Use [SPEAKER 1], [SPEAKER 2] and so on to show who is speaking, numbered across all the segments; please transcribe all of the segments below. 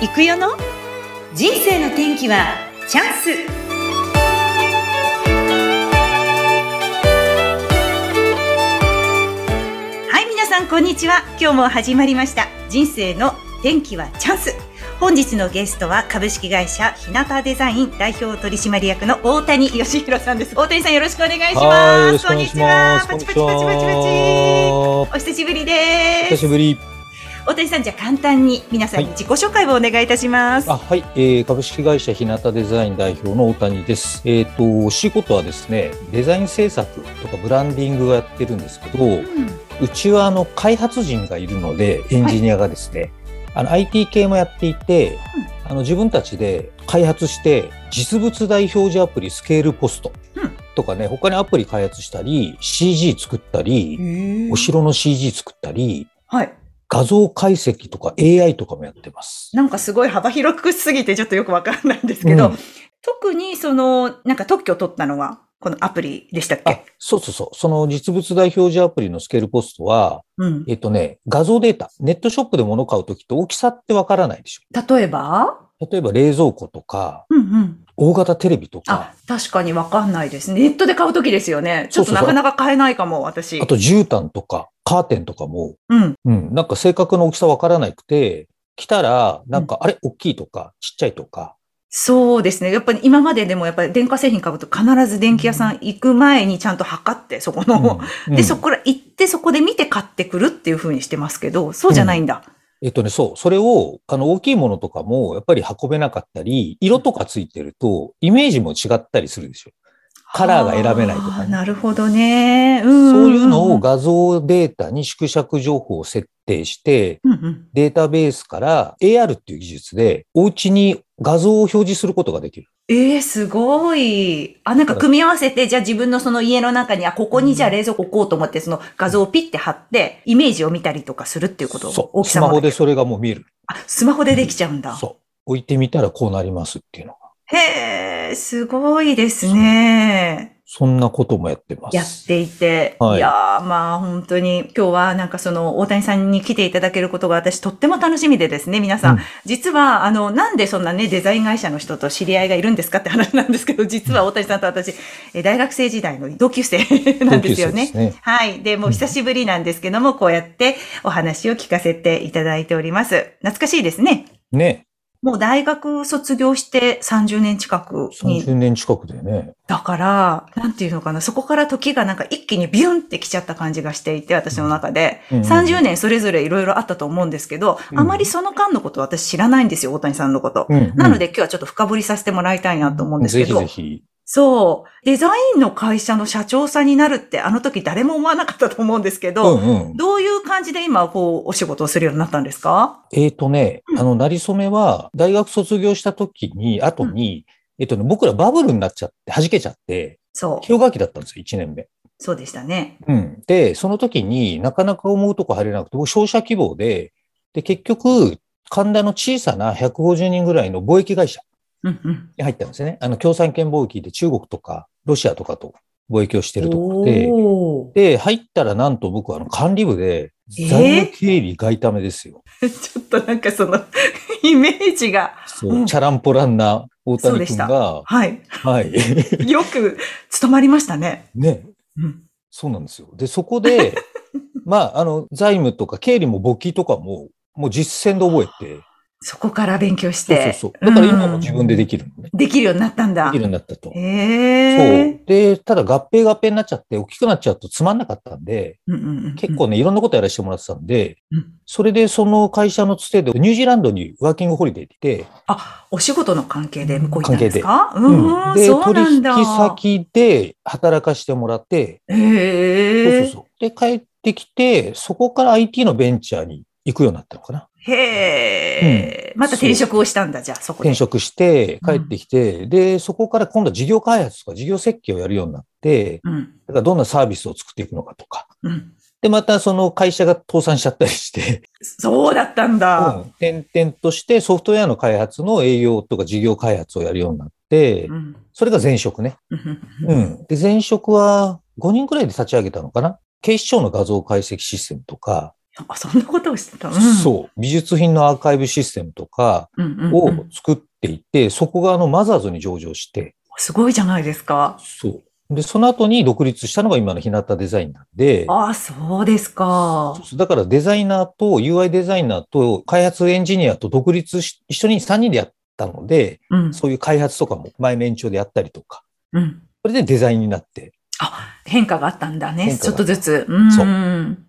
[SPEAKER 1] 行くよの人生の天気はチャンスはい皆さんこんにちは今日も始まりました人生の天気はチャンス本日のゲストは株式会社日向デザイン代表取締役の大谷義弘さんです大谷さんよろしくお願いし
[SPEAKER 2] はい、よ
[SPEAKER 1] ます
[SPEAKER 2] ろしくお願いします。
[SPEAKER 1] こんにちはパチパチパチパチパチお久しぶりです
[SPEAKER 2] 久しぶり。
[SPEAKER 1] 大谷さんじゃあ簡単に皆さんに自己紹介をお願いいたします。
[SPEAKER 2] あ、はい、えー株式会社日向デザイン代表の大谷です。えっ、と、お仕事はですね、デザイン制作とかブランディングをやってるんですけど、うちはあの開発人がいるので、エンジニアがですね、あの IT 系もやっていて、あの自分たちで開発して、実物大表示アプリスケールポスト
[SPEAKER 1] うん
[SPEAKER 2] とかね、他にアプリ開発したり、CG 作ったり、
[SPEAKER 1] うん
[SPEAKER 2] お城の CG 作ったり、
[SPEAKER 1] はい。
[SPEAKER 2] 画像解析とか AI とかもやってます。
[SPEAKER 1] なんかすごい幅広くすぎてちょっとよくわかんないんですけど、
[SPEAKER 2] うん
[SPEAKER 1] 特にその、なんか特許を取ったのは、このアプリでしたっ
[SPEAKER 2] あ
[SPEAKER 1] け、
[SPEAKER 2] そうそうそう。その実物大表示アプリのスケールポストは、
[SPEAKER 1] うん。
[SPEAKER 2] えっとね、画像データ、ネットショップで物買うときって大きさってわからないでし
[SPEAKER 1] 例えば
[SPEAKER 2] ょ。例えば冷蔵庫とか、
[SPEAKER 1] うんうん。
[SPEAKER 2] 大型テレビと
[SPEAKER 1] あ
[SPEAKER 2] か、、
[SPEAKER 1] 確かにわかんないですね。ネットで買うときですよね。ちょっと
[SPEAKER 2] そうそう
[SPEAKER 1] な
[SPEAKER 2] そう
[SPEAKER 1] かなか買えないかも、私。
[SPEAKER 2] あと絨毯とか、カーテンとかも、
[SPEAKER 1] うん。
[SPEAKER 2] うん、なんか正確な大きさわからなくて、来たら、なんか、あれ大きいとか、ちっちゃいとか、
[SPEAKER 1] そうですね。やっぱり今まででもやっぱり電化製品買うと必ず電気屋さん行く前にちゃんと測って、そこの、
[SPEAKER 2] うんう
[SPEAKER 1] で、
[SPEAKER 2] ん
[SPEAKER 1] そこから行って、そこで見て買ってくるっていう風にしてますけど、そうじゃないんだ。
[SPEAKER 2] えっとね、そう。それを、あの、大きいものとかも、やっぱり運べなかったり、色とかついてると、イメージも違ったりするでしょ。カラーが選べないと
[SPEAKER 1] あ
[SPEAKER 2] か
[SPEAKER 1] ー
[SPEAKER 2] ね。
[SPEAKER 1] なるほどね。うんうんん
[SPEAKER 2] そういうのを、画像データに縮尺情報を設定して、
[SPEAKER 1] うんうん、
[SPEAKER 2] データベースから AR っていう技術で、お家に画像を表示することができる。
[SPEAKER 1] ええすごい。あ、なんか組み合わせて、じゃあ自分のその家の中に、あ、ここにじゃあ冷蔵庫置こうと思って、その画像をピッて貼って、イメージを見たりとかするっていうこと
[SPEAKER 2] そ
[SPEAKER 1] 大
[SPEAKER 2] う。
[SPEAKER 1] き
[SPEAKER 2] ス
[SPEAKER 1] さ
[SPEAKER 2] マ
[SPEAKER 1] も
[SPEAKER 2] ホでそれがもう見える。
[SPEAKER 1] あ、スマホでできちゃうんだ。
[SPEAKER 2] そう。置いてみたらこうなりますっていうのが。
[SPEAKER 1] へえ、すごいですね。
[SPEAKER 2] そんなこともやってます。
[SPEAKER 1] やっていて、、
[SPEAKER 2] はいい
[SPEAKER 1] やーまあ本当に今日はなんかその大谷さんに来ていただけることが私とっても楽しみでですね、皆さん。
[SPEAKER 2] うん
[SPEAKER 1] 実はあの、なんでそんなね、デザイン会社の人と知り合いがいるんですかって話なんですけど、実は大谷さんと私、え大学生時代の同級生 なんですよ
[SPEAKER 2] 同級生で
[SPEAKER 1] ね
[SPEAKER 2] す。ね。
[SPEAKER 1] はい。で、もう久しぶりなんですけども、こうやってお話を聞かせていただいております。懐かしいですね。
[SPEAKER 2] ね。
[SPEAKER 1] もう大学卒業して30年近くに
[SPEAKER 2] 30年近くだよね。
[SPEAKER 1] だから、なんていうのかな、そこから時がなんか一気にビュンって来ちゃった感じがしていて、私の中で。
[SPEAKER 2] うんうんうん
[SPEAKER 1] 30年それぞれいろいろあったと思うんですけど、
[SPEAKER 2] うん
[SPEAKER 1] あまりその間のこと私知らないんですよ、大谷さんのこと。
[SPEAKER 2] うんうん
[SPEAKER 1] なので今日はちょっと深掘りさせてもらいたいなと思うんですけど、
[SPEAKER 2] ぜひぜひ。
[SPEAKER 1] そう、デザインの会社の社長さんになるってあの時誰も思わなかったと思うんですけど、
[SPEAKER 2] うんうん。
[SPEAKER 1] どういう感じで今こうお仕事をするようになったんですか
[SPEAKER 2] えっ、とね
[SPEAKER 1] う、ん
[SPEAKER 2] あの、なりそめは、大学卒業した時に、後に、えっとね、僕らバブルになっちゃって、弾けちゃって、
[SPEAKER 1] そう、
[SPEAKER 2] 氷河期だったんですよ、1年目。
[SPEAKER 1] そうでしたね。
[SPEAKER 2] うん。で、その時になかなか思うとこ入れなくて、僕、商社希望で、で、結局、神田の小さな150人ぐらいの貿易会社
[SPEAKER 1] うんうん。
[SPEAKER 2] に入ったんですよね。あの、共産圏貿易で中国とか、ロシアとかと貿易をしてるとこで、
[SPEAKER 1] お
[SPEAKER 2] で、入ったらなんと僕はあの管理部で、
[SPEAKER 1] えー
[SPEAKER 2] 財務経理外為ですよ。
[SPEAKER 1] ーちょっとなんかそのイメージが、
[SPEAKER 2] そう、
[SPEAKER 1] うん
[SPEAKER 2] チャランポランな大
[SPEAKER 1] そうで
[SPEAKER 2] 谷
[SPEAKER 1] し
[SPEAKER 2] 君
[SPEAKER 1] た
[SPEAKER 2] が、
[SPEAKER 1] はい。
[SPEAKER 2] はい。
[SPEAKER 1] よく務まりましたね。
[SPEAKER 2] ね、
[SPEAKER 1] うん。
[SPEAKER 2] そうなんですよ。で、そこ で、まあ、あの、財務とか経理も簿記とかも、もう実践で覚え、
[SPEAKER 1] そこから勉強してて。
[SPEAKER 2] そうそうそう。だから今も自
[SPEAKER 1] うん
[SPEAKER 2] 分でできるのね。
[SPEAKER 1] できるようになったんだ
[SPEAKER 2] でき。るようになったと。
[SPEAKER 1] へ
[SPEAKER 2] そう
[SPEAKER 1] え。。
[SPEAKER 2] で、ただ合併合併になっちゃって、大きくなっちゃうとつまんなかったんで、
[SPEAKER 1] うんうんうん
[SPEAKER 2] 結構ね、いろんなことやらせてもらってたんで、
[SPEAKER 1] うん
[SPEAKER 2] それでその会社のつてで、ニュージーランドにワーキングホリデー行って、
[SPEAKER 1] あ、お仕事の関係で向こう行ったんですかう
[SPEAKER 2] うん
[SPEAKER 1] ん、
[SPEAKER 2] で、
[SPEAKER 1] そう
[SPEAKER 2] 取
[SPEAKER 1] なん
[SPEAKER 2] 引
[SPEAKER 1] だ。
[SPEAKER 2] 先で働かせてもらって、そう
[SPEAKER 1] へ
[SPEAKER 2] そう
[SPEAKER 1] え。
[SPEAKER 2] そう。で、帰ってきて、そこから IT のベンチャーに行くようになったのかな。
[SPEAKER 1] へえ。また転職をしたんだ、じゃあ、そこで。
[SPEAKER 2] 転職して、帰ってきて、で、そこから今度は事業開発とか事業設計をやるようになって、
[SPEAKER 1] うん。
[SPEAKER 2] だからどんなサービスを作っていくのかとか。
[SPEAKER 1] うん。
[SPEAKER 2] で、またその会社が倒産しちゃったりして、
[SPEAKER 1] そうだったん
[SPEAKER 2] う
[SPEAKER 1] だ。
[SPEAKER 2] ん転々としてソフトウェアの開発の営業とか事業開発をやるようになって
[SPEAKER 1] う、ん。
[SPEAKER 2] それが前職ね。
[SPEAKER 1] うん
[SPEAKER 2] うん。で、前職は5人くらいで立ち上げたのかな。警視庁の画像解析システムとか、
[SPEAKER 1] あ、そんなことをしてた。
[SPEAKER 2] そう。美術品のアーカイブシステムとか
[SPEAKER 1] うん。うんうんう
[SPEAKER 2] を
[SPEAKER 1] ん
[SPEAKER 2] 作っていて、そこがあのマザーズに上場して、
[SPEAKER 1] すごいじゃないですか。
[SPEAKER 2] そう。で、その後に独立したのが今の日向デザインなんで、
[SPEAKER 1] あ、そうですか。
[SPEAKER 2] だからデザイナーと UI デザイナーと開発エンジニアと独立し、一緒に3人でやったので、
[SPEAKER 1] うん。
[SPEAKER 2] そういう開発とかも前面長でやったりとか、
[SPEAKER 1] うん。
[SPEAKER 2] それでデザインになって、
[SPEAKER 1] 変化があったんだね。
[SPEAKER 2] 変
[SPEAKER 1] ち
[SPEAKER 2] 化
[SPEAKER 1] ょっ
[SPEAKER 2] が
[SPEAKER 1] とずつ。うん。
[SPEAKER 2] そう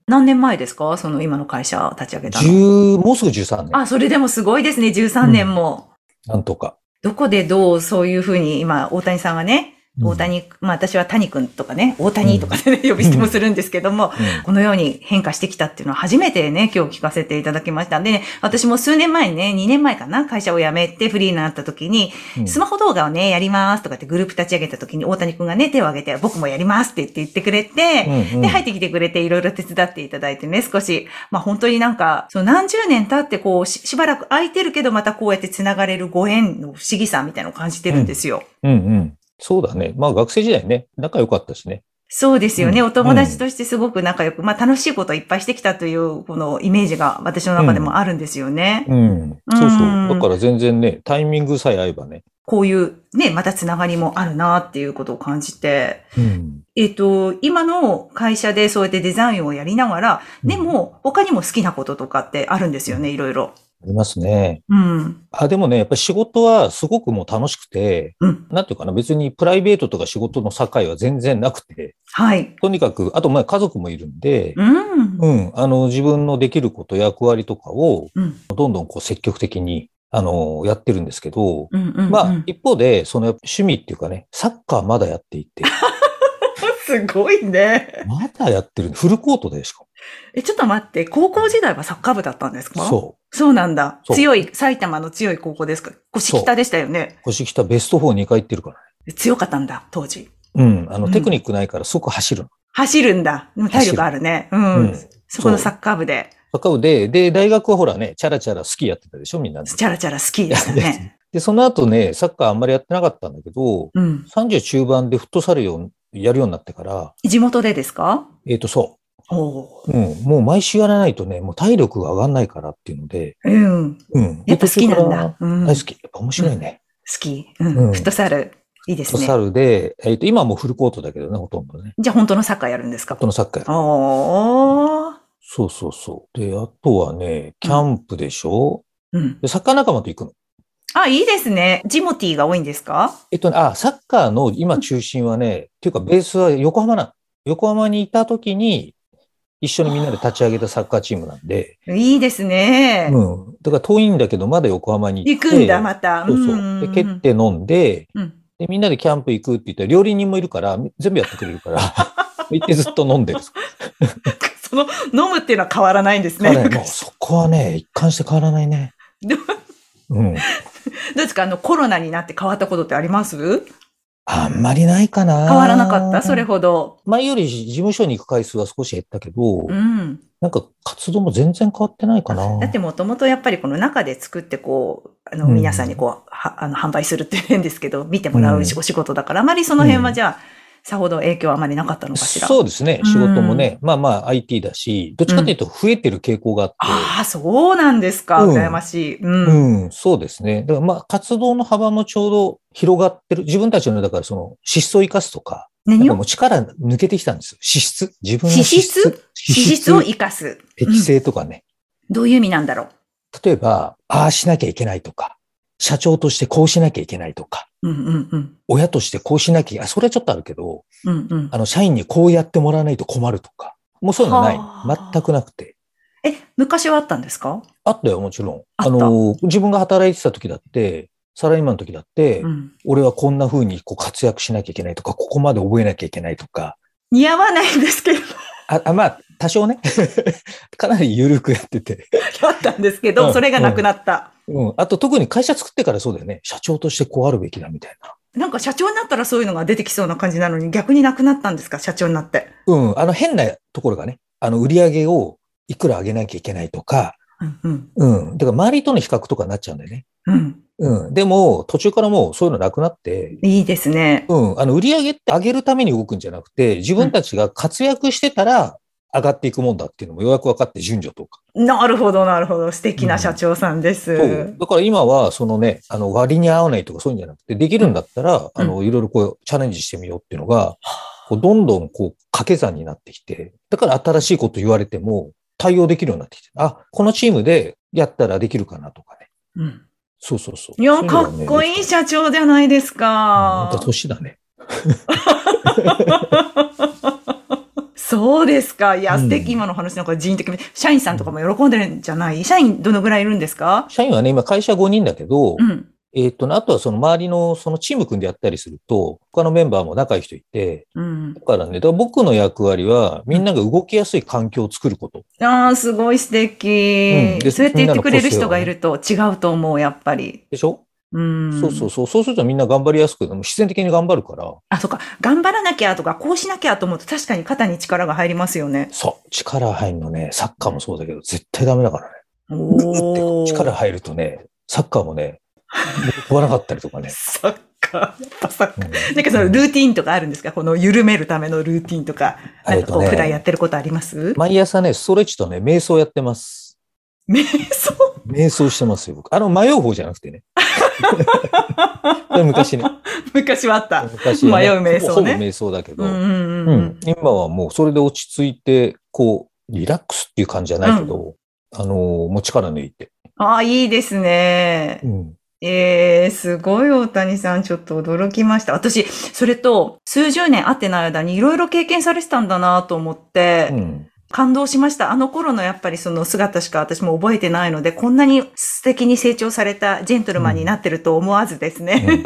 [SPEAKER 1] 何年前ですかその今の会社立ち上げたの。
[SPEAKER 2] 10、もうすぐ13年、
[SPEAKER 1] あ、それでもすごいですね。13年も。
[SPEAKER 2] なんとか。
[SPEAKER 1] どこでどうそういうふうに、今、大谷さんはね、
[SPEAKER 2] うん
[SPEAKER 1] 大谷、まあ私は谷くんとかね、大谷とかで、ね呼び捨てもするんですけども、
[SPEAKER 2] うん
[SPEAKER 1] このように変化してきたっていうのは初めてね、今日聞かせていただきました。で、私も数年前にね、2年前かな、会社を辞めてフリーになった時に、
[SPEAKER 2] うん
[SPEAKER 1] スマホ動画をね、やりますとかってグループ立ち上げた時に大谷くんがね、手を挙げて、僕もやりますって言って言ってくれて、
[SPEAKER 2] うんうん
[SPEAKER 1] で、入ってきてくれて、いろいろ手伝っていただいてね、少し、まあ本当になんか、その何十年経って、こうし、しばらく空いてるけど、またこうやって繋がれるご縁の不思議さみたいなのを感じてるんですよ。
[SPEAKER 2] うんうん。そうだね。まあ学生時代ね、仲良かったしね。
[SPEAKER 1] そうですよね、
[SPEAKER 2] うん
[SPEAKER 1] お友達としてすごく仲良く、まあ楽しいことをいっぱいしてきたという、このイメージが私の中でもあるんですよね。
[SPEAKER 2] うん。そうそう。
[SPEAKER 1] うん
[SPEAKER 2] だから全然ね、タイミングさえ合えばね。
[SPEAKER 1] こういう、ね、また繋がりもあるなっていうことを感じて。
[SPEAKER 2] うん。
[SPEAKER 1] えっ、と、今の会社でそうやってデザインをやりながら、でも、他にも好きなこととかってあるんですよね、いろいろ。
[SPEAKER 2] ありますね。
[SPEAKER 1] うん。
[SPEAKER 2] あ、でもね、やっぱり仕事はすごくもう楽しくて、
[SPEAKER 1] うん。
[SPEAKER 2] なんていうかな、別にプライベートとか仕事の境は全然なくて、
[SPEAKER 1] はい。
[SPEAKER 2] とにかく、あとまあ家族もいるんで、
[SPEAKER 1] うん。
[SPEAKER 2] うん、あの、自分のできること、役割とかを、
[SPEAKER 1] うん。
[SPEAKER 2] どんどんこう積極的に、あの、やってるんですけど、
[SPEAKER 1] うん。うん。
[SPEAKER 2] ま
[SPEAKER 1] う
[SPEAKER 2] あ
[SPEAKER 1] ん、
[SPEAKER 2] 一方で、そのやっぱ趣味っていうかね、サッカーまだやっていて、
[SPEAKER 1] すごいね。
[SPEAKER 2] まだやってる、フルコートでしか
[SPEAKER 1] え、ちょっと待って、高校時代はサッカー部だったんですか
[SPEAKER 2] も。
[SPEAKER 1] う。
[SPEAKER 2] そ
[SPEAKER 1] そうなんだ。
[SPEAKER 2] そう
[SPEAKER 1] 強い、埼玉の強い高校ですか。こう、
[SPEAKER 2] そう
[SPEAKER 1] 敷田でしたよね
[SPEAKER 2] う。。腰北ベスト4、2回行ってるからね。
[SPEAKER 1] 強かったんだ、当時。
[SPEAKER 2] うん、あ
[SPEAKER 1] う
[SPEAKER 2] の、
[SPEAKER 1] ん
[SPEAKER 2] テクニックないからすぐ走るの。
[SPEAKER 1] 走るんだ。でも体力あるね。うん。
[SPEAKER 2] うん
[SPEAKER 1] そこのサッカー部で、
[SPEAKER 2] サッカー部で、で、大学はほらね、チャラチャラスキーやってたでしょ、みんなで。
[SPEAKER 1] チャラチャラ好きでしたね。
[SPEAKER 2] で、その後ね、サッカーあんまりやってなかったんだけど、
[SPEAKER 1] うん。
[SPEAKER 2] 30中盤でフットサルをやるようになってから、
[SPEAKER 1] 地元でですか
[SPEAKER 2] えっ、と、そ
[SPEAKER 1] おー
[SPEAKER 2] う。うん。もう毎週やらないとね、もう体力が上がんないからっていうので、
[SPEAKER 1] うん。
[SPEAKER 2] うん。
[SPEAKER 1] やっぱ好きな
[SPEAKER 2] で
[SPEAKER 1] ん
[SPEAKER 2] 途中から
[SPEAKER 1] だ。うん。
[SPEAKER 2] 大好
[SPEAKER 1] 好
[SPEAKER 2] き。やっぱ面白いね。
[SPEAKER 1] き。うん。
[SPEAKER 2] うん
[SPEAKER 1] フットサル。いいで
[SPEAKER 2] フ
[SPEAKER 1] す
[SPEAKER 2] ット
[SPEAKER 1] ね
[SPEAKER 2] サ。ルで、えっ、と、今はもうフルコートだけどね、ほとんどね。
[SPEAKER 1] じゃあ本当のサッカーやるんですか
[SPEAKER 2] このサッカーやる。
[SPEAKER 1] おー。
[SPEAKER 2] そうそうそう。で、あとはね、キャンプでしょ、
[SPEAKER 1] うん。
[SPEAKER 2] で、サッカー仲間と行くの。
[SPEAKER 1] あ、いいですね。ジモティーが多いんですか
[SPEAKER 2] えっとね、あ、サッカーの今中心はね、っていうかベースは横浜なの。横浜にいた時に、一緒にみんなで立ち上げたサッカーチームなんで、
[SPEAKER 1] いいですね。
[SPEAKER 2] うん。だから遠いんだけど、まだ横浜に
[SPEAKER 1] 行
[SPEAKER 2] って
[SPEAKER 1] くんだ、また。
[SPEAKER 2] そうそうう。
[SPEAKER 1] ん
[SPEAKER 2] で、蹴って飲んで、
[SPEAKER 1] うん。
[SPEAKER 2] で、みんなでキャンプ行くって言ったら、料理人もいるから、全部やってくれるから、 行ってずっと飲 んでる。
[SPEAKER 1] その、飲むっていうのは変わらないんですね。
[SPEAKER 2] 彼もうそこはね、一貫して変わらないね。
[SPEAKER 1] でも
[SPEAKER 2] うん。
[SPEAKER 1] どうですかあの、コロナになって変わったことってあります
[SPEAKER 2] あんまりないかな。
[SPEAKER 1] 変わらなかったそれ。ほど。
[SPEAKER 2] 前より事務所に行く回数は少し減ったけど、
[SPEAKER 1] うん。
[SPEAKER 2] なんか活動も全然変わってないかな。
[SPEAKER 1] だってもともとやっぱりこの中で作ってこう、あの、
[SPEAKER 2] うん
[SPEAKER 1] 皆さんにこう、はあの、販売するって変ですけど、見てもらうお仕
[SPEAKER 2] う
[SPEAKER 1] 事だから、あまりその辺は
[SPEAKER 2] うん
[SPEAKER 1] じゃあ、さほど影響はあまりなかったのかしら。。
[SPEAKER 2] そううですね。
[SPEAKER 1] ん
[SPEAKER 2] 仕事もね、まあまあ IT だし、どっちかというと増えてる傾向があって、
[SPEAKER 1] ああ、そうなんですか。
[SPEAKER 2] うん
[SPEAKER 1] 羨ましい。
[SPEAKER 2] う
[SPEAKER 1] うん。
[SPEAKER 2] ん、そうですね。だからまあ活動の幅もちょうど広がってる。自分たちの、だからその資質を生かすとか、
[SPEAKER 1] 何
[SPEAKER 2] なんか
[SPEAKER 1] を
[SPEAKER 2] もう力抜けてきたんですよ。資質。自分の資質。資
[SPEAKER 1] 資質を生かす。
[SPEAKER 2] 適性とかね。
[SPEAKER 1] どういう意味なんだろ
[SPEAKER 2] 例えば、ああしなきゃいけないとか、社長としてこうしなきゃいけないとか、
[SPEAKER 1] う。うんうんうん。
[SPEAKER 2] 親としてこうしなきゃ、あそれはちょっとあるけど、
[SPEAKER 1] うんうん
[SPEAKER 2] あ。の、社員にこうやってもらわないと困るとか、もうそういうのない
[SPEAKER 1] はあ。
[SPEAKER 2] 全くなくて。
[SPEAKER 1] え、昔はあったんですか
[SPEAKER 2] あったよ、もちろん。
[SPEAKER 1] あっ
[SPEAKER 2] あ
[SPEAKER 1] た
[SPEAKER 2] の、自分が働いてた時だって、サラリーマンの時だって、
[SPEAKER 1] うん。
[SPEAKER 2] 俺はこんな風にこう活躍しなきゃいけないとか、ここまで覚えなきゃいけないとか、
[SPEAKER 1] 似合わないんですけど、
[SPEAKER 2] あ、あまあ、多少ね、 かなり緩くやってて。
[SPEAKER 1] あったんですけ
[SPEAKER 2] う
[SPEAKER 1] ど、
[SPEAKER 2] ん
[SPEAKER 1] それがなくなった。
[SPEAKER 2] うん。あと特に会社作ってからそうだよね。社長としてこうあるべきだみたいな。
[SPEAKER 1] なんか社長になったらそういうのが出てきそうな感じなのに、逆になくなったんですか社長になって。
[SPEAKER 2] うん。あの変なところがね、あの売り上げをいくら上げなきゃいけないとか、
[SPEAKER 1] うんうん。
[SPEAKER 2] うん。だから周りとの比較とかになっちゃうんだよね。
[SPEAKER 1] うん。
[SPEAKER 2] うん。でも、途中からもうそういうのなくなって、
[SPEAKER 1] いいですね。
[SPEAKER 2] うん。あの、売り上げって上げるために動くんじゃなくて、自分たちが活躍してたら、上がっていくもんだっていうのもようやく分かって順序とか。
[SPEAKER 1] なるほど、なるほど。素敵な社長さんです。
[SPEAKER 2] そうだから今は、そのね、あの、割に合わないとかそういうんじゃなくて、できるんだったら、あの、いろいろこう、チャレンジしてみようっていうのが、こうどんどんこう、掛け算になってきて、だから新しいこと言われても、対応できるようになってきて、あ、このチームでやったらできるかなとかね。
[SPEAKER 1] うん
[SPEAKER 2] そうそうそう。
[SPEAKER 1] いや、かっこいい
[SPEAKER 2] ゃん。
[SPEAKER 1] 社長じゃないです
[SPEAKER 2] ま
[SPEAKER 1] か
[SPEAKER 2] た。年だね。
[SPEAKER 1] そうですか。いや、
[SPEAKER 2] う
[SPEAKER 1] 素
[SPEAKER 2] ん
[SPEAKER 1] 敵。今の話なんか人的に。社員さんとかも喜んでるんじゃない社員どのぐらいいるんですか
[SPEAKER 2] 社員はね、今会社5人だけど、
[SPEAKER 1] うん。
[SPEAKER 2] えーっとね、あとはその周りのそのチーム組んでやったりすると、他のメンバーも仲いい人いて、
[SPEAKER 1] うん
[SPEAKER 2] だ。からね、だから僕の役割は、みんなが動きやすい環境を作ること。
[SPEAKER 1] ああ、すごい素敵、
[SPEAKER 2] うんで
[SPEAKER 1] そうやって言ってくれる
[SPEAKER 2] みんなの個性をね
[SPEAKER 1] 人がいると違うと思う、やっぱり。
[SPEAKER 2] でしょ、
[SPEAKER 1] うん。
[SPEAKER 2] そうそうそう。そうするとみんな頑張りやすく、もう必然的に頑張るから、
[SPEAKER 1] あ、そっか。頑張らなきゃとか、こうしなきゃと思うと確かに肩に力が入りますよね。
[SPEAKER 2] そう、力入るのね、サッカーもそうだけど、絶対ダメだからね。
[SPEAKER 1] おー
[SPEAKER 2] 力入るとね、サッカーもね、飛ばなかったりとかね。
[SPEAKER 1] サッカー。やっぱサッカ
[SPEAKER 2] うん
[SPEAKER 1] ー。 なんかそのルーティンとかあるんですかこの緩めるためのルーティンとか。なんかこう、
[SPEAKER 2] えっとね
[SPEAKER 1] 普段やってることあります
[SPEAKER 2] 毎朝ね、ストレッチとね、瞑想やってます。
[SPEAKER 1] 瞑想
[SPEAKER 2] 瞑想してますよ、僕。あの、迷う方じゃなく てね。これ昔ね。
[SPEAKER 1] 昔はあった。
[SPEAKER 2] 昔はね、
[SPEAKER 1] 迷う瞑想ね
[SPEAKER 2] ほぼ瞑想だけど、
[SPEAKER 1] うんうん
[SPEAKER 2] う
[SPEAKER 1] うん
[SPEAKER 2] ん、今はもうそれで落ち着いて、こう、リラックスっていう感じじゃないけど、あのー、もう力抜いて。
[SPEAKER 1] ああ、いいですね
[SPEAKER 2] う。ん。
[SPEAKER 1] ええすごい大谷さん、ちょっと驚きました。私、それと、数十年会ってない間にいろいろ経験されてたんだなと思って、
[SPEAKER 2] うん。
[SPEAKER 1] 感動しました。あの頃のやっぱりその姿しか私も覚えてないので、こんなに素敵に成長されたジェントルマンになってると思わずですね。
[SPEAKER 2] うん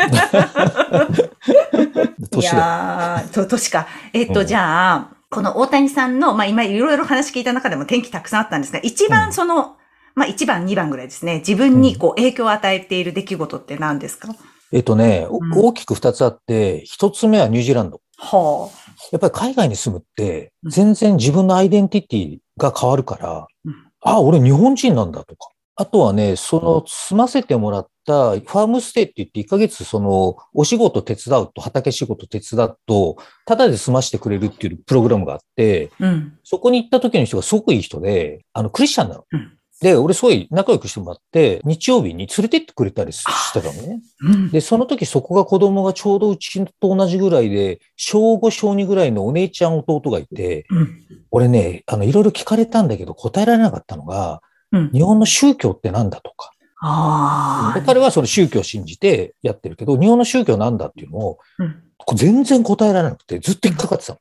[SPEAKER 1] い
[SPEAKER 2] 年だ。
[SPEAKER 1] やー、と、年か。えっ、と、
[SPEAKER 2] うん
[SPEAKER 1] じゃあ、この大谷さんの、まあ今いろいろ話聞いた中でも天気たくさんあったんですが、一
[SPEAKER 2] う
[SPEAKER 1] 番
[SPEAKER 2] ん
[SPEAKER 1] その、まあ一番、二番ぐらいですね、自分にこう影響を与えている出来事って何ですか、
[SPEAKER 2] えっとね、お
[SPEAKER 1] うん
[SPEAKER 2] 大きく二つあって、一つ目はニュージーランド。
[SPEAKER 1] はあ。
[SPEAKER 2] やっぱり海外に住むって、
[SPEAKER 1] うん
[SPEAKER 2] 全然自分のアイデンティティが変わるから
[SPEAKER 1] うん、
[SPEAKER 2] あ、俺日本人なんだとか。あとはね、その、住ませてもらったファームステイって言って、1ヶ月その、お仕事手伝うと、畑仕事手伝うと、ただで済ましてくれるっていうプログラムがあって、
[SPEAKER 1] うん。
[SPEAKER 2] そこに行った時の人がすごくいい人で、あの、クリスチャンなの。
[SPEAKER 1] うん
[SPEAKER 2] で、俺すごい仲良くしてもらって、日曜日に連れてってくれたりししてたのね。
[SPEAKER 1] うん。
[SPEAKER 2] で、その時そこが子供がちょうどうちと同じぐらいで、小5、小2ぐらいのお姉ちゃん、弟がいて、
[SPEAKER 1] うん。
[SPEAKER 2] 俺ね、あの、いろいろ聞かれたんだけど答えられなかったのが、
[SPEAKER 1] うん。
[SPEAKER 2] 日本の宗教ってなんだとか。
[SPEAKER 1] あ
[SPEAKER 2] で
[SPEAKER 1] あ。
[SPEAKER 2] 彼はその宗教を信じてやってるけど、日本の宗教なんだっていうのを、
[SPEAKER 1] うん。
[SPEAKER 2] こう全然答えられなくて、ずっと引っかかってたの。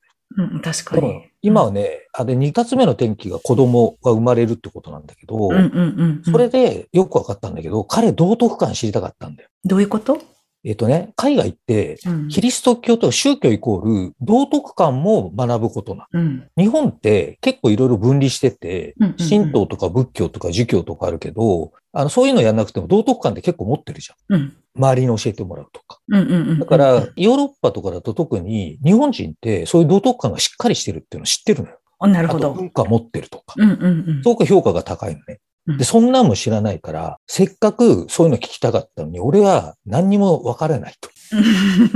[SPEAKER 1] うん。確か
[SPEAKER 2] だから
[SPEAKER 1] に。
[SPEAKER 2] 今はね、あで、二つ目の転機が子供が生まれるってことなんだけ
[SPEAKER 1] う
[SPEAKER 2] ど、
[SPEAKER 1] ん、うんうんうん。
[SPEAKER 2] それでよくわかったんだけど、彼道徳観知りたかったんだよ。
[SPEAKER 1] どういうこと
[SPEAKER 2] えっとね、海外って、
[SPEAKER 1] うん。
[SPEAKER 2] キリスト教とか宗教イコール道徳観も学ぶことな
[SPEAKER 1] うん。
[SPEAKER 2] の。日本って結構いろいろ分離してて、
[SPEAKER 1] うんうんうん
[SPEAKER 2] 神道とか仏教とか儒教とかあるけど、あの、そういうのやんなくても道徳観って結構持ってるじゃん。
[SPEAKER 1] うん。
[SPEAKER 2] 周りに教えてもらうとか。
[SPEAKER 1] うんうんうん。
[SPEAKER 2] だから、、ヨーロッパとかだと特に日本人ってそういう道徳観がしっかりしてるっていうの知ってるのよ。
[SPEAKER 1] あなる
[SPEAKER 2] あ
[SPEAKER 1] ほ
[SPEAKER 2] と
[SPEAKER 1] ど。
[SPEAKER 2] 文化持ってるとか。
[SPEAKER 1] うんうんうん。
[SPEAKER 2] そうか評価が高いのね。
[SPEAKER 1] うん
[SPEAKER 2] で、そんなんも知らないから、せっかくそういうの聞きたかったのに、俺は何にも分からないと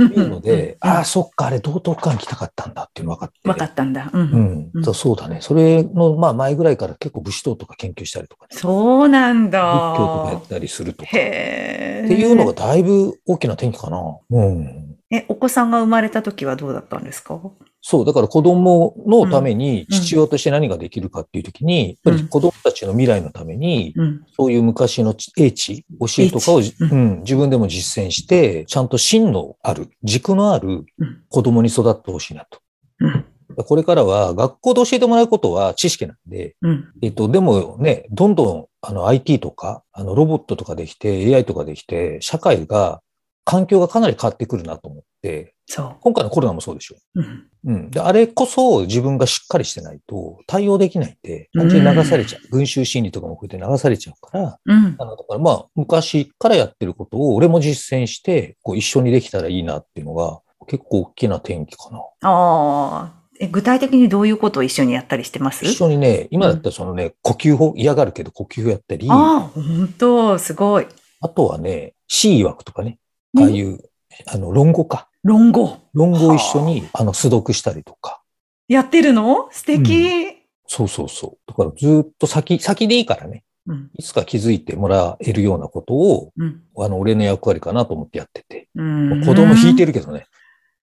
[SPEAKER 2] いうので、
[SPEAKER 1] うんうん
[SPEAKER 2] ああ、そっか、あれ道徳観来たかったんだっていうの分かって。
[SPEAKER 1] わかったんだ。うん。
[SPEAKER 2] うん
[SPEAKER 1] うん
[SPEAKER 2] そうそうだね。それの、まあ前ぐらいから結構武士道とか研究したりとか、ね、
[SPEAKER 1] そうなんだ。
[SPEAKER 2] 仏教とかやったりするとか。っ
[SPEAKER 1] へえ。
[SPEAKER 2] ていうのがだいぶ大きな転機かな。うん。
[SPEAKER 1] え、お子さんが生まれた時はどうだったんですか
[SPEAKER 2] そう、だから子供のために父親として何ができるかっていう時に、
[SPEAKER 1] うん
[SPEAKER 2] やっぱり子供たちの未来のために、
[SPEAKER 1] うん。
[SPEAKER 2] そういう昔の英知、教えとかを、
[SPEAKER 1] 英知う
[SPEAKER 2] うん、自分でも実践して、ちゃんと真のある、軸のある
[SPEAKER 1] うん
[SPEAKER 2] 子供に育ってほしいなと。
[SPEAKER 1] うん。
[SPEAKER 2] これからは学校で教えてもらうことは知識なんで、
[SPEAKER 1] うん。
[SPEAKER 2] えっと、でもね、どんどんあの IT とか、あのロボットとかできて、AI とかできて、社会が、環境がかなり変わってくるなと思って、
[SPEAKER 1] そ
[SPEAKER 2] 今回のコロナもそうでしょ。
[SPEAKER 1] う。うん。
[SPEAKER 2] うん。で、あれこそ自分がしっかりしてないと対応できないんで、完全に流されちゃう。群衆心理とかもこうやって流されちゃうから、
[SPEAKER 1] うん
[SPEAKER 2] あ。のだからまあ、昔からやってることを俺も実践して、こう一緒にできたらいいなっていうのが、結構大きな転機かな。
[SPEAKER 1] ああ。え、具体的にどういうことを一緒にやったりしてます
[SPEAKER 2] 一緒にね、今だったらそのね、呼吸法、嫌がるけど呼吸法やったり、あ
[SPEAKER 1] ああ、本当すごい。
[SPEAKER 2] とはね、C 曰くとかね、
[SPEAKER 1] うん
[SPEAKER 2] ああいう、あの、論語か。
[SPEAKER 1] 論語。
[SPEAKER 2] 論語を一緒に、あの、素読したりとか。
[SPEAKER 1] やってるの素敵。
[SPEAKER 2] そうそうそう。だからずっと先、先でいいからね。
[SPEAKER 1] うん。
[SPEAKER 2] いつか気づいてもらえるようなことを、
[SPEAKER 1] うん。
[SPEAKER 2] あの、俺の役割かなと思ってやってて。
[SPEAKER 1] うん
[SPEAKER 2] 子供引いてるけどね。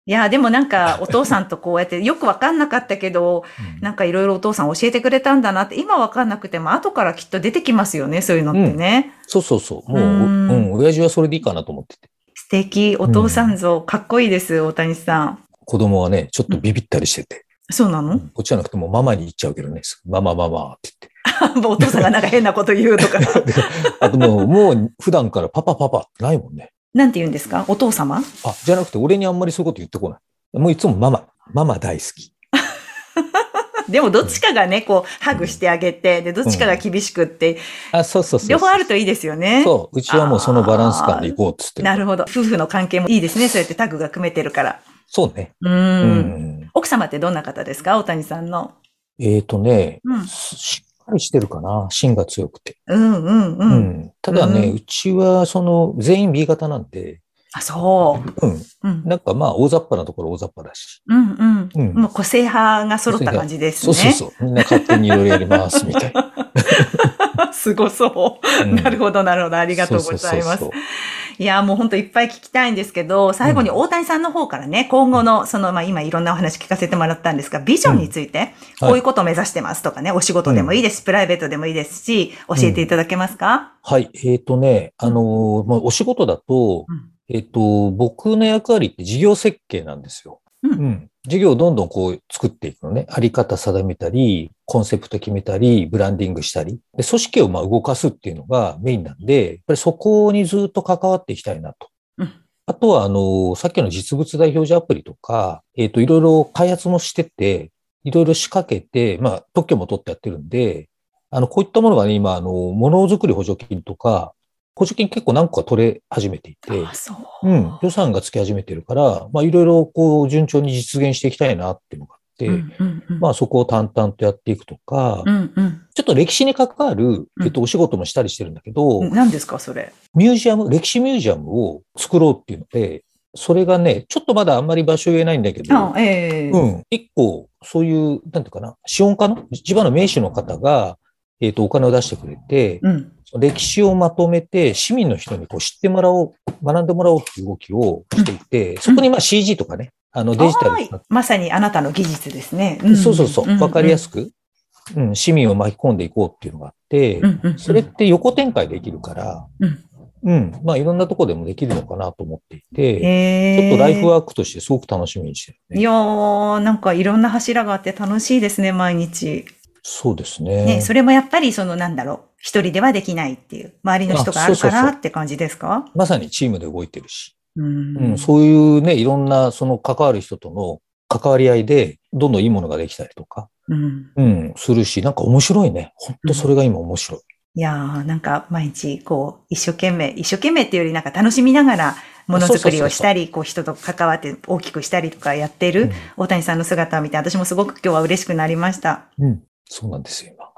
[SPEAKER 1] いや、でもなんか、お父さんとこうやって、 よくわかんなかったけど、なんかいろいろお父さん教えてくれたんだなって、今わかんなくても、後からきっと出てきますよね、そういうのってね。
[SPEAKER 2] そうそうそう。もう、
[SPEAKER 1] う
[SPEAKER 2] うんん、親父はそれでいいかなと思ってて。
[SPEAKER 1] 素敵、お父さん像、かっこいいです、大谷さん。
[SPEAKER 2] 子供はね、ちょっとビビったりしてて。
[SPEAKER 1] そうなの
[SPEAKER 2] こっちじゃなくてもうママに言っちゃうけどね。ママママって
[SPEAKER 1] もう お父さんがなんか変なこと言うとか。
[SPEAKER 2] 言って。あともう、もう普段からパパパパって ないもんね。
[SPEAKER 1] なんて言うんですかお父様
[SPEAKER 2] あ、じゃなくて俺にあんまりそういうこと言ってこない。もういつもママ。ママ大好き。
[SPEAKER 1] でもどっちかがね、こう、ハグしてあげて、で、どっちかが厳しくって、
[SPEAKER 2] あ、そうそうそうそう。
[SPEAKER 1] 両方あるといいですよね。
[SPEAKER 2] そう。うちはもうそのバランス感でいこうっつって。
[SPEAKER 1] なるほど。夫婦の関係もいいですね。そうやってタッグが組めてるから。
[SPEAKER 2] そうね。
[SPEAKER 1] う,、
[SPEAKER 2] うんん。
[SPEAKER 1] 奥様ってどんな方ですか大谷さんの。
[SPEAKER 2] えっ、とね、
[SPEAKER 1] うん
[SPEAKER 2] しっかりしてるかな。芯が強くて。
[SPEAKER 1] うんうんう。
[SPEAKER 2] うんん。ただね、
[SPEAKER 1] うん
[SPEAKER 2] うちはその全員 B 型なんで、
[SPEAKER 1] あ、そう。
[SPEAKER 2] うん。
[SPEAKER 1] うん。
[SPEAKER 2] なんかまあ大雑把なところ大雑把だし。
[SPEAKER 1] うん
[SPEAKER 2] う
[SPEAKER 1] うんん。もう個性派が揃った感じです
[SPEAKER 2] そ
[SPEAKER 1] ね。
[SPEAKER 2] うそうそう。みんな勝手にいろいろやります、みた いな。
[SPEAKER 1] すごそう。
[SPEAKER 2] うん
[SPEAKER 1] なるほど、なるほど。ありがとうございます。
[SPEAKER 2] そうそうそう
[SPEAKER 1] いや、もう本当いっぱい聞きたいんですけど、最後に大谷さんの方からね、今後の、その、まあ今いろんなお話聞かせてもらったんですが、ビジョンについて、
[SPEAKER 2] はい
[SPEAKER 1] こういうことを目指してますとかね、お仕事でもいいです、プライベートでもいいですし、教えていただけますか、
[SPEAKER 2] はい。えっ、とね、あのーまあ、お仕事だと、
[SPEAKER 1] うん
[SPEAKER 2] えっ、と、僕の役割って事業設計なんですよ。
[SPEAKER 1] うん
[SPEAKER 2] 事業をどんどんこう作っていくのね。あり方定めたり、コンセプト決めたり、ブランディングしたり。で、組織をまあ動かすっていうのがメインなんで、やっぱりそこにずっと関わっていきたいなと。
[SPEAKER 1] うん
[SPEAKER 2] あとは、あのーさっきの実物大表示アプリとか、えっ、と、いろいろ開発もしてて、いろいろ仕掛けて、まあ、特許も取ってやってるんで、あの、こういったものがね、今、あの、ものづくり補助金とか、補助金結構何個か取れ始めていて、
[SPEAKER 1] あ、そう。
[SPEAKER 2] うん、予算がつき始めてるから、まあ、いろいろこう、順調に実現していきたいなっていうのがあって、
[SPEAKER 1] うんうんうん
[SPEAKER 2] まあ、そこを淡々とやっていくとか、
[SPEAKER 1] うんうん
[SPEAKER 2] ちょっと歴史に関わる、えっと、お仕事もしたりしてるんだけど、
[SPEAKER 1] うん。何ですか、それ。
[SPEAKER 2] ミュージアム、歴史ミュージアムを作ろうっていうので、それがね、ちょっとまだあんまり場所言えないんだけど、
[SPEAKER 1] あ、ええ
[SPEAKER 2] うん。一個、そういう、なんていうかな、資本家の、地場の名手の方が、えっ、と、お金を出してくれて、
[SPEAKER 1] うん。
[SPEAKER 2] 歴史をまとめて、市民の人にこう知ってもらおう、学んでもらおうっていう動きをしていて、そこにまあ CG とかね、あのデジタル
[SPEAKER 1] は
[SPEAKER 2] と
[SPEAKER 1] い
[SPEAKER 2] か、
[SPEAKER 1] まさにあなたの技術ですね。
[SPEAKER 2] そうそうそう、わかりや
[SPEAKER 1] く。
[SPEAKER 2] すく、うん、市民を巻き込んでいこうっていうのがあって
[SPEAKER 1] う、んうんうん
[SPEAKER 2] それって横展開できるから、
[SPEAKER 1] うん
[SPEAKER 2] うん、まあいろんなとこでもできるのかなと思っていて、
[SPEAKER 1] え
[SPEAKER 2] ちょっとライフ
[SPEAKER 1] は
[SPEAKER 2] ワークとしてすごく楽しみにしてる
[SPEAKER 1] い
[SPEAKER 2] ね。
[SPEAKER 1] やー、なんかいろんな柱があって楽しいですね、毎日。
[SPEAKER 2] そうです
[SPEAKER 1] ね、それもやっぱりそのなんだろう、一人ではできないっていう、周りの人があるか
[SPEAKER 2] あそう
[SPEAKER 1] ら
[SPEAKER 2] そうそ
[SPEAKER 1] って感じですか
[SPEAKER 2] まさにチームで動いてるし、
[SPEAKER 1] う
[SPEAKER 2] うんん、そういうね、いろんなその関わる人との関わり合いで、どんどんいいものができたりとか、
[SPEAKER 1] うん。
[SPEAKER 2] うん、するし、なんか面白いね。ほんとそれが今面白い。
[SPEAKER 1] いやー、なんか毎日こう、一生懸命、一生懸命っていうよりなんか楽しみながら、ものづくりをしたり、こう人と関わって大きくしたりとかやって
[SPEAKER 2] う
[SPEAKER 1] る
[SPEAKER 2] ん
[SPEAKER 1] 大谷さんの姿を見て、私もすごく今日は嬉しくなりま した。
[SPEAKER 2] うん、そうなんですよ、今。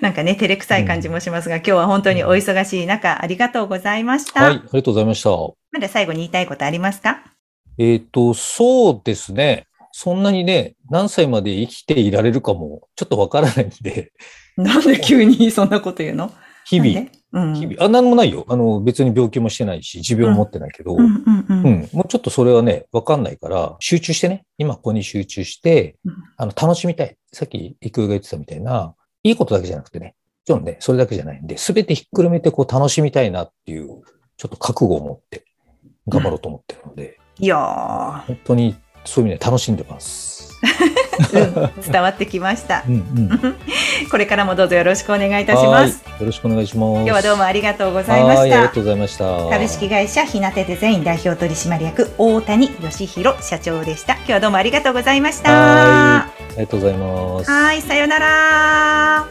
[SPEAKER 1] なんかね、照れくさい感じもしますが、今日は本当にお忙しい中、ありがとうございました。
[SPEAKER 2] はい、ありがとうございました。
[SPEAKER 1] まだ最後に言いたいことありますか
[SPEAKER 2] えっ、と、そうですね。そんなにね、何歳まで生きていられるかも、ちょっとわからないんで、
[SPEAKER 1] なんで急にそんなこと言うの
[SPEAKER 2] 日々、
[SPEAKER 1] なんで
[SPEAKER 2] 日々、あ、なんもないよ。あの、別に病気もしてないし、持病も持ってないけど、
[SPEAKER 1] うんうんうん
[SPEAKER 2] う
[SPEAKER 1] うん。
[SPEAKER 2] ん、もうちょっとそれはね、わかんないから、集中してね、今ここに集中して
[SPEAKER 1] うん、
[SPEAKER 2] あの、楽しみたい。さっき、育が言ってたみたいな、いいことだけじゃなくてね、もちろんね、それだけじゃないんで、すべてひっくるめてこう楽しみたいなっていう、ちょっと覚悟を持って、頑張ろうと思ってるので、
[SPEAKER 1] いや
[SPEAKER 2] 本当にそういう意味で楽しんで ます。
[SPEAKER 1] ー、うん伝わってきました。
[SPEAKER 2] うんうん。
[SPEAKER 1] これからもどうぞよろしくお願いいたし
[SPEAKER 2] は
[SPEAKER 1] ま
[SPEAKER 2] い
[SPEAKER 1] す。。
[SPEAKER 2] よろしくお願いします。
[SPEAKER 1] 今日はどうもありがとうございま
[SPEAKER 2] は
[SPEAKER 1] し
[SPEAKER 2] いあり
[SPEAKER 1] た
[SPEAKER 2] が。とうございました。
[SPEAKER 1] 株式会社ひなてデザイン代表取締役大谷義弘社長でした。今日はどうもありがとうございました。
[SPEAKER 2] はいありがとうございます。
[SPEAKER 1] はい、さようなら。